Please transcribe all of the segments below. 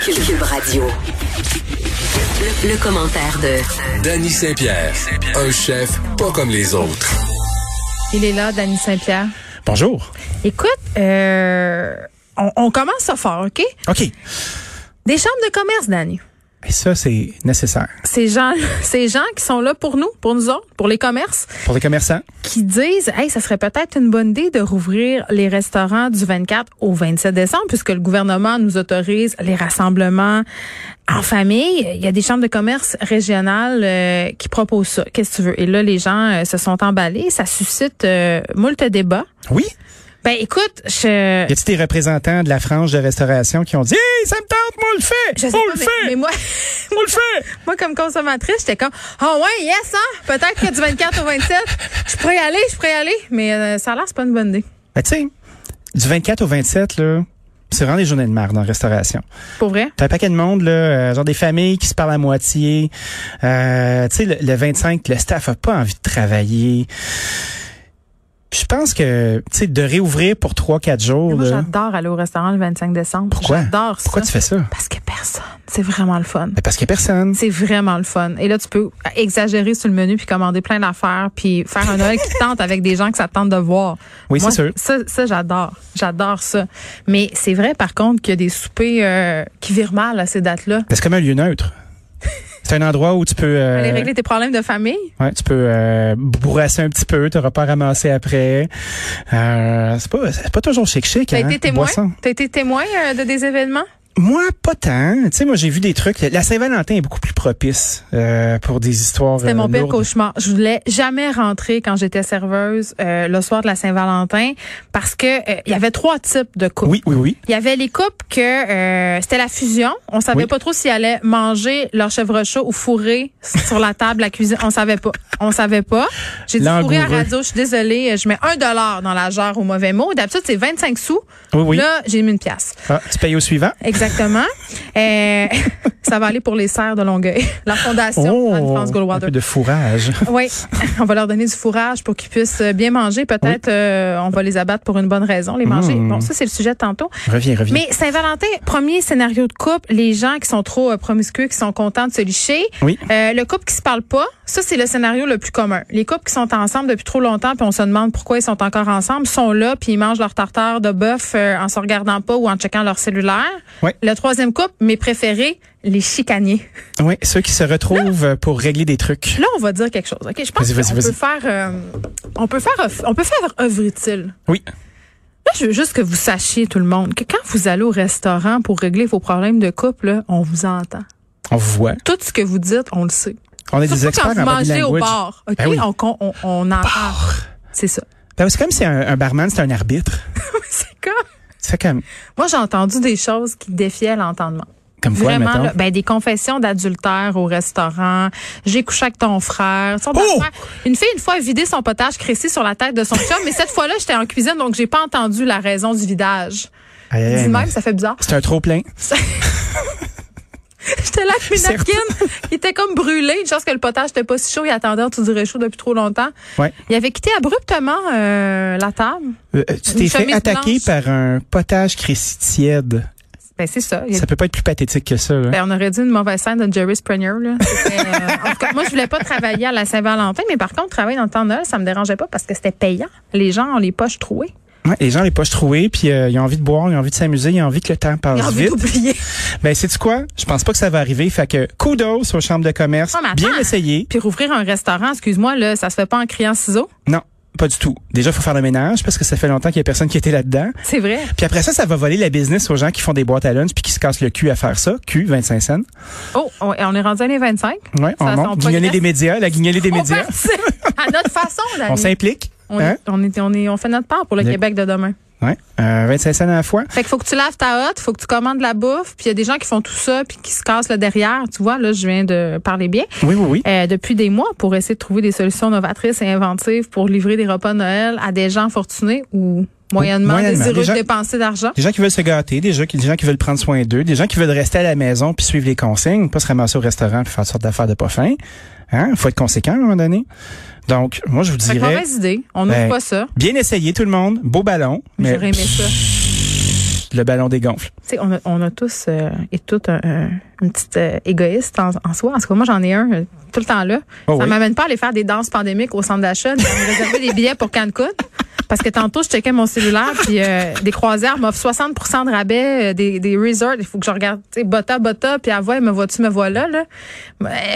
Cube Radio. Le, le commentaire de Danny Saint-Pierre, un chef pas comme les autres. Il est là, Danny Saint-Pierre. Bonjour. Écoute, euh, on, on commence ça fort, OK? OK. Des chambres de commerce, Danny. Et ça, c'est nécessaire. Ces gens, ces gens qui sont là pour nous, pour nous autres, pour les commerces, Pour les commerçants, qui disent, hey, ça serait peut-être une bonne idée de rouvrir les restaurants du 24 au 27 décembre, puisque le gouvernement nous autorise les rassemblements en famille. Il y a des chambres de commerce régionales euh, qui proposent ça. Qu'est-ce que tu veux? Et là, les gens euh, se sont emballés. Ça suscite euh, moult débats. oui. Ben, écoute, je... Y a-t-il des représentants de la frange de restauration qui ont dit Hey, ça me tente, moi, on le Je fait sais pas, On le mais- fait mais moi, On le fait Moi, comme consommatrice, j'étais comme, ah ouais, yes, hein? Peut-être que du 24 au 27, je pourrais y aller, je pourrais y aller. Mais euh, ça a l'air, c'est pas une bonne idée. Ben, tu sais, du 24 au 27, là, c'est vraiment des journées de merde en restauration. Pour vrai? T'as un paquet de monde, là, euh, genre des familles qui se parlent à moitié. Euh, tu sais, le, le 25, le staff a pas envie de travailler. Puis Je pense que, tu sais, de réouvrir pour 3-4 jours, Moi, là, j'adore aller au restaurant le 25 décembre. Pourquoi? J'adore ça. pourquoi tu fais ça? Parce que personne. C'est vraiment le fun. Ben, parce qu'il y a personne. C'est vraiment le fun. Et là, tu peux exagérer sur le menu puis commander plein d'affaires puis faire un Noël qui te tente avec des gens que ça te tente de voir. Oui, Moi, c'est sûr. Ça, ça j'adore. J'adore ça. Mais c'est vrai, par contre, qu'il y a des soupers euh, qui virent mal à ces dates-là. Ben, C'est comme un lieu neutre. C'est un endroit où tu peux... euh, Aller régler tes problèmes de famille? Ouais, tu peux euh, bourrasser un petit peu, t'auras pas ramassé après. Euh, c'est pas c'est pas toujours chic chic T'as hein, été témoin? boisson. T'as été témoin euh, de des événements? Moi pas tant, tu sais moi j'ai vu des trucs la Saint-Valentin est beaucoup plus propice euh, pour des histoires C'était euh, mon pire lourdes. cauchemar. Je voulais jamais rentrer quand j'étais serveuse euh, le soir de la Saint-Valentin parce que euh, il y avait trois types de couples. Oui, oui, oui. Il y avait les couples que euh, c'était la fusion. On savait Oui. pas trop s'ils allaient manger leur chèvre chaud ou fourrer sur la table, la cuisine. On savait pas. On savait pas. J'ai dit fourrer à Langoureux. radio. Je suis désolée. Je mets un dollar dans la jarre au mauvais mot. D'habitude, c'est 25 sous. Oui, oui. Là, j'ai mis une pièce. Ah, tu payes au suivant. Exactement. Euh, ça va aller pour les serres de Longueuil. La fondation Anne-France Oh, un Goldwater. peu de fourrage. Oui, on va leur donner du fourrage pour qu'ils puissent euh, bien manger. Peut-être euh, on va les abattre pour une bonne raison, les manger. Bon, ça, c'est le sujet de tantôt. reviens, reviens. Mais Saint-Valentin, premier scénario de couple, les gens qui sont trop euh, promiscueux, qui sont contents de se licher. Oui. Euh, le couple qui se parle pas, ça, c'est le scénario le plus commun. Les couples qui sont ensemble depuis trop longtemps, puis on se demande pourquoi ils sont encore ensemble, sont là, puis ils mangent leur tartare de bœuf euh, en se regardant pas ou en checkant leur cellulaire. Oui. Le troisième couple, mes préférés, les chicaniers. Oui, ceux qui se retrouvent euh, pour régler des trucs. Là, on va dire quelque chose. Ok, je pense Vas-y, vas-y, qu'on peut vas-y. faire, euh, on peut faire, off- on peut faire œuvre utile. Oui. Là, je veux juste que vous sachiez tout le monde que quand vous allez au restaurant pour régler vos problèmes de couple, là, on vous entend. On vous voit. Tout ce que vous dites, on le sait. On est des Surtout experts quand vous en body mangez au language. bar, ok, Ben oui. on, con- on, on entend. C'est ça. Ben, c'est comme si un, un barman, c'est un arbitre. C'est quoi? C'est comme Moi, j'ai entendu des choses qui défiaient l'entendement. comme quoi Vraiment, mettons? là, ben, des confessions d'adultère au restaurant. J'ai couché avec ton frère. Tu sais, on peut Oh! faire- Une fille, une fois, a vidé son potage cressé sur la tête de son chum, mais cette fois-là, j'étais en cuisine, donc j'ai pas entendu la raison du vidage. Aïe, aïe, Dis aïe, même, mais ça fait bizarre. C'est un trop plein. J'étais là avec mes Certes. napkins. Il était comme brûlé. Une chance que le potage était pas si chaud. Il attendait autour du réchaud depuis trop longtemps. Ouais. Il avait quitté abruptement euh, la table. Euh, euh, tu Une t'es fait chemise attaquer blanche. par un potage créci tiède. Ben, c'est ça. Il a- Ça peut pas être plus pathétique que ça. là. Ben, on aurait dit une mauvaise scène de Jerry Springer. Là. C'était, euh, en tout cas, moi, je voulais pas travailler à la Saint-Valentin, mais par contre, travailler dans le temps de Noël, ça me dérangeait pas parce que c'était payant. Les gens ont les poches trouées. Ouais, les gens les poches trouées, puis euh, ils ont envie de boire, ils ont envie de s'amuser, ils ont envie que le temps J'ai passe envie Ah, vite. d'oublier. Ben c'est quoi Je pense pas que ça va arriver. Fait que kudos aux chambres de commerce. Non, Oh, mais attends. Bien essayé. Puis rouvrir un restaurant, excuse-moi, là, ça se fait pas en criant ciseaux. Non, pas du tout. Déjà faut faire le ménage parce que ça fait longtemps qu'il y a personne qui était là-dedans. C'est vrai. Puis après ça, ça va voler la business aux gens qui font des boîtes à lunch puis qui se cassent le cul à faire ça. Q 25 cents. Oh, on on est rendu à les 25. Ouais, on Ça, ça, on monte. Guignolée progresse. des médias, la guignolée des on médias. participe à notre façon, là. On s'implique. on, hein? on est- on est- on fait notre part pour le Le- Québec de demain. Ouais. Euh, 25 cents à la fois. Fait qu'il faut que tu laves ta hotte, faut que tu commandes de la bouffe, puis il y a des gens qui font tout ça, puis qui se cassent le derrière. Tu vois, là, je viens de parler bien. Oui, oui, oui. euh, depuis des mois pour essayer de trouver des solutions novatrices et inventives pour livrer des repas de Noël à des gens fortunés ou moyennement, Moyennement, désireux des gens- de dépenser d'argent. Des gens qui veulent se gâter, des gens qui, des gens qui veulent prendre soin d'eux, des gens qui veulent rester à la maison puis suivre les consignes, pas se ramasser au restaurant puis faire toutes sortes d'affaires de pas fin. Hein? Faut être conséquent à un moment donné. Donc, moi, je vous Fait que dirais, mauvaise idée. On n'ouvre Ben, pas ça. bien essayé tout le monde, beau ballon, mais J'aurais aimé ça. le ballon dégonfle. Tu sais, on a, on a tous euh, et toutes un, un, une petite euh, égoïste en, en soi. En tout cas, moi, j'en ai un euh, tout le temps là. Oh ça oui. m'amène pas à aller faire des danses pandémiques au centre d'achat, de me réserver des billets pour Cancun. Parce que tantôt, je checkais mon cellulaire, puis euh, des croisières m'offrent 60 de rabais, euh, des, des resorts. Il faut que je regarde, tu sais, bota, bota, puis à voix, me vois-tu, me voilà, là.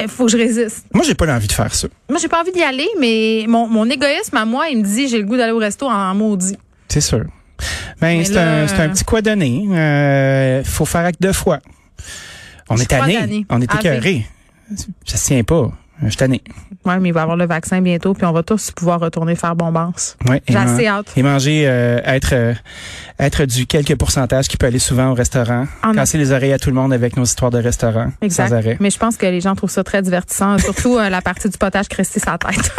Il faut que je résiste. Moi, j'ai pas l'envie de faire ça. Moi, j'ai pas envie d'y aller, mais mon, mon égoïsme à moi, il me dit, j'ai le goût d'aller au resto en maudit. C'est sûr. Ben, Mais c'est là, un, c'est un petit quoi donné. Euh, faut faire acte deux fois. On Je est crois tanné. tanné. On est Ah, écœuré. Ça se tient pas. Je suis tanné. Ouais, mais il va y avoir le vaccin bientôt, puis on va tous pouvoir retourner faire bombance. Ouais, et J'ai man- assez hâte. Et manger, euh, être, euh, être du quelques pourcentage qui peut aller souvent au restaurant. En casser les oreilles à tout le monde avec nos histoires de restaurant. Ah, Exact. Sans arrêt. Mais je pense que les gens trouvent ça très divertissant, surtout euh, la partie du potage cresti sa tête.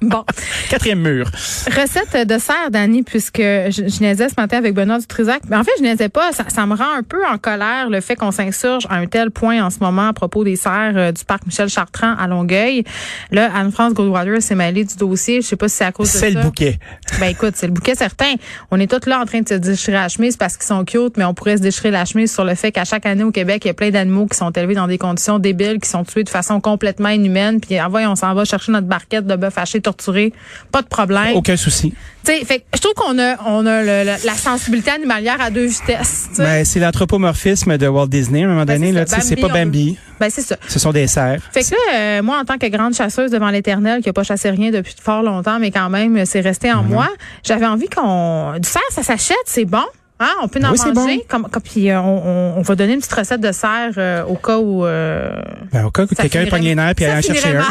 bon, Quatrième mur. recette de serre, Dani, puisque je, je niaisais ce matin avec Benoît Dutrisac. Mais en fait, je niaisais pas. Ça, ça me rend un peu en colère le fait qu'on s'insurge à un tel point en ce moment à propos des serres euh, du parc Michel Chartrand à Longueuil. Là, Anne-France Goldwater s'est mêlée du dossier. Je sais pas si c'est à cause de ça. C'est le bouquet. Ben écoute, c'est le bouquet certain. On est tous là en train de se déchirer la chemise parce qu'ils sont cute, mais on pourrait se déchirer la chemise sur le fait qu'à chaque année au Québec, il y a plein d'animaux qui sont élevés dans des conditions débiles, qui sont tués de façon complètement inhumaine. Puis ah ouais, on s'en va chercher notre barquette de bœuf haché torturé. Pas de problème. Aucun souci. Tu sais, fait que je trouve qu'on a on a le- le- la sensibilité animalière à deux vitesses. tu sais. Ben, c'est l'anthropomorphisme de Walt Disney à un moment Ben, donné. c'est là, tu ça. sais, C'est pas Bambi, Bambi. ben c'est ça. Ce sont des cerfs. Fait que là, euh, moi, en tant que grande chasseuse devant l'Éternel, qui a pas chassé rien depuis fort longtemps, mais quand même, euh, c'est resté Mhm. en moi, j'avais envie qu'on... Du cerf, ça s'achète, c'est bon. Hein? On peut en Oui, c'est manger. Comme, comme- puis euh, on, on- on va donner une petite recette de cerf euh, au cas où... euh, Ben, au cas où ça quelqu'un finirait- pogne les nerfs puis ça aille en finirait chercher un. mal.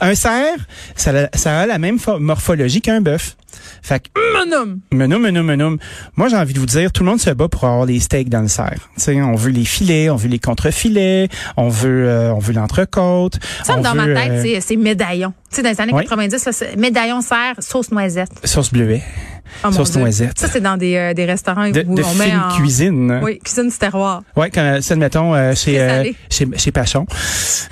Un cerf, ça, a- ça a la même fo- morphologie qu'un bœuf. Fait que, Monum. menoum, menoum, menoum. Moi, j'ai envie de vous dire, tout le monde se bat pour avoir les steaks dans le cerf. Tu sais, on veut les filets, on veut les contrefilets, on veut, euh, on veut l'entrecôte. Ça, on dans veut, ma tête, euh, c'est- c'est médaillon. Tu sais, dans les années Oui. 90, ça, c'est médaillon cerf, sauce noisette. sauce bleuet, Oh, mon sauce Dieu. noisette. Ça, c'est dans des, euh, des restaurants de, où de on met fine en... cuisine. Oui, cuisine du terroir. Ouais, quand, ça, admettons, euh, chez, Très euh, salé. chez, chez Pachon.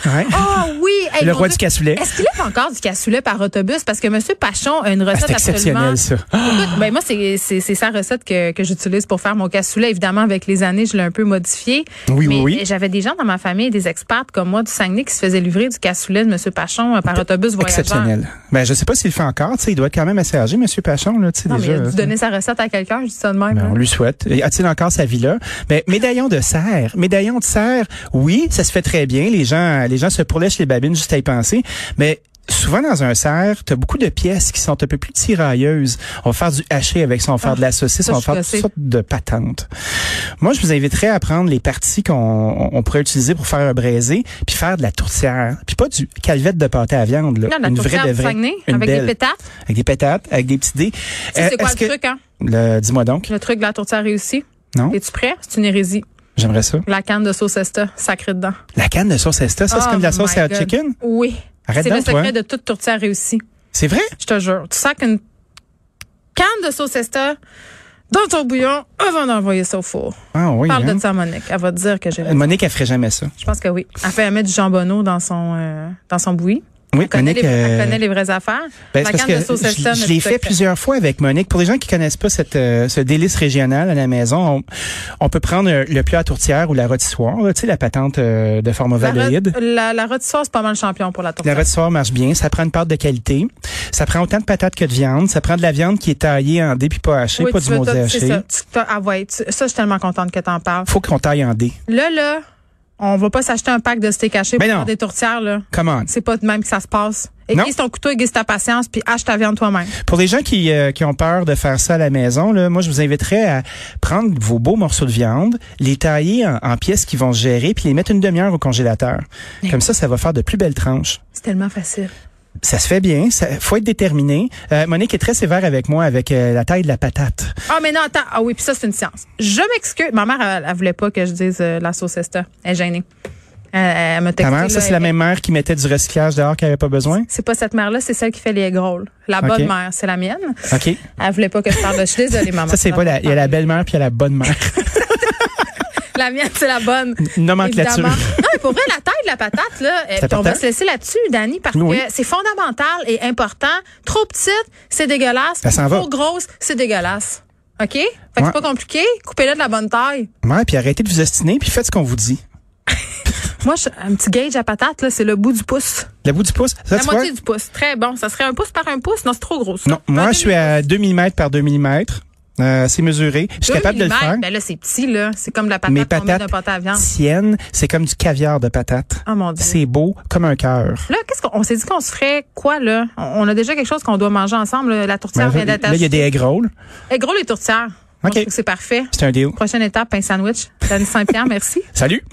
Ouais. Ah oui! Hey, le mon roi Dieu. du cassoulet. Est-ce qu'il est encore du cassoulet par autobus? Parce que M. Pachon a une Ah, recette c'est absolument. exceptionnel, ça. Ah, Écoute, ben moi, c'est c'est- c'est sa recette que, que j'utilise pour faire mon cassoulet. Évidemment, avec les années, je l'ai un peu modifié. Oui, oui, Mais oui. J'avais des gens dans ma famille, des experts comme moi du Saguenay, qui se faisaient livrer du cassoulet de M. Pachon euh, par autobus voyageur. Exceptionnel. Ben, je sais pas s'il le fait encore, tu sais, il doit être quand même assez âgé, Monsieur Pachon, là, tu sais, Non, mais déjà. il a là. dû donner sa recette à quelqu'un, je dis ça de même. Ben, là. on lui souhaite. Et A-t-il encore sa vie là? Mais médaillon de serre. Médaillon de serre, oui, ça se fait très bien. Les gens, les gens se pourlèchent les babines juste à y penser. Mais souvent dans un serre, t'as beaucoup de pièces qui sont un peu plus tirailleuses. On va faire du haché avec ça, on va faire de la saucisse, Ah, ça, on va je suis faire toutes gossée. sortes de patentes. Moi, je vous inviterais à prendre les parties qu'on on- on pourrait utiliser pour faire un braisé, puis faire de la tourtière, puis pas du calvette de pâté à viande, là. Non, la une tourtière vraie de du vraie, Saguenay, une avec belle. des pétards. avec des pétates, avec des petits dés. Euh, Tu sais, c'est quoi Est-ce le que- truc, hein? Le- Dis-moi donc. Le truc de la tourtière réussie? Non. Es-tu prêt? C'est une hérésie. J'aimerais ça. La canne de sauce Esta, sacrée dedans. La canne de sauce Esta, ça, c'est Oh comme de la sauce my à God. chicken? Oui. Arrête C'est le donc, toi. secret de toute tourtière réussie. C'est vrai? Je te jure. Tu sacs une canne de sauce Esta dans ton bouillon avant d'envoyer ça au four. Ah oui, Parle hein? de ça à Monique. Elle va te dire que j'ai raison. Monique, elle ferait jamais ça. Je pense que oui. Elle fait mettre du jambonneau dans son, euh, dans son bouilli. Oui, Elle connaît, Monique, les, elle euh, connaît les vraies affaires. ben, La c'est parce canne que de sauce Esta, je, je notre l'ai fait secret. plusieurs fois avec Monique. Pour les gens qui connaissent pas cette, euh, ce délice régional à la maison, on, on peut prendre euh, le plat à tourtière ou la rôtissoire, là, tu sais, la patente euh, de forme La, ovoïde. rot- la, la rôtissoire, c'est pas mal le champion pour la La tourtière. rôtissoire marche bien, ça prend une pâte de qualité, ça prend autant de patates que de viande, ça prend de la viande qui est taillée en dés puis pas hachée, oui, pas tu du veux monde tout- c'est haché. ça. Tu- t'as- ah ouais, tu- ça, je suis tellement contente que t'en parles. Faut qu'on taille en dés. Là, là, on va pas s'acheter un pack de steak haché Ben pour non. faire des tourtières, là. Come on. C'est pas de même que ça se passe. Non. Aiguise ton couteau, aiguise ta patience, puis hache ta viande toi-même. Pour les gens qui, euh, qui ont peur de faire ça à la maison, là, moi, je vous inviterais à prendre vos beaux morceaux de viande, les tailler en, en pièces qui vont se gérer, puis les mettre une demi-heure au congélateur. Comme ça, ça va faire de plus belles tranches. C'est tellement facile. Ça se fait bien, ça faut être déterminé. Euh, Monique est très sévère avec moi avec euh, la taille de la patate. Ah, mais non, attends. Ah oui, puis ça, c'est une science. Je m'excuse. Ma mère, elle, elle voulait pas que je dise euh, la sauce Esta. Elle est gênée. Elle, elle, elle m'a Ta texté. mère, ça là, c'est la elle- même mère qui mettait du recyclage dehors qui avait pas besoin. C'est pas cette mère-là, c'est celle qui fait les egg rolls. La Ok. bonne mère, c'est la mienne. Ok. Elle voulait pas que je parle de. Je suis désolée, maman. Ça c'est pas la, il y a la belle mère puis il y a la bonne mère. La mienne, c'est la bonne. Nomenclature. Évidemment. Non, mais pour vrai, la taille de la patate, là, euh, puis on important. va se laisser là-dessus, Dani, parce Oui. que c'est fondamental et important. Trop petite, c'est dégueulasse. Ça s'en va. Trop grosse, c'est dégueulasse. OK? Fait que Ouais. c'est pas compliqué. Coupez-le de la bonne taille. Ouais, puis arrêtez de vous ostiner, puis faites ce qu'on vous dit. Moi, je- un petit gauge à patate, là, c'est le bout du pouce. Le bout du pouce, ça, La Ben, tu vois? moitié du pouce. Très bon. Ça serait un pouce par un pouce. Non, c'est trop gros. ça. Non, moi, je suis à 2 mm par 2 mm. Euh, c'est mesuré. Je suis capable de le faire. Ben là, c'est petit, là. C'est comme de la patate Mes qu'on met d'un patates pâte à viande. tiennent, c'est comme du caviar de patate. Oh mon Dieu. C'est beau comme un cœur. Là, qu'est-ce qu'on on s'est dit qu'on se ferait quoi, là? On, on a déjà quelque chose qu'on doit manger ensemble. là. La tourtière Ben, Là, vient d'attacher. il y a des egg rolls. Eh, gros, les tourtières. Moi, je OK. trouve que c'est parfait. C'est un deal. Prochaine étape, pain sandwich. Danny Saint-Pierre, merci. Salut!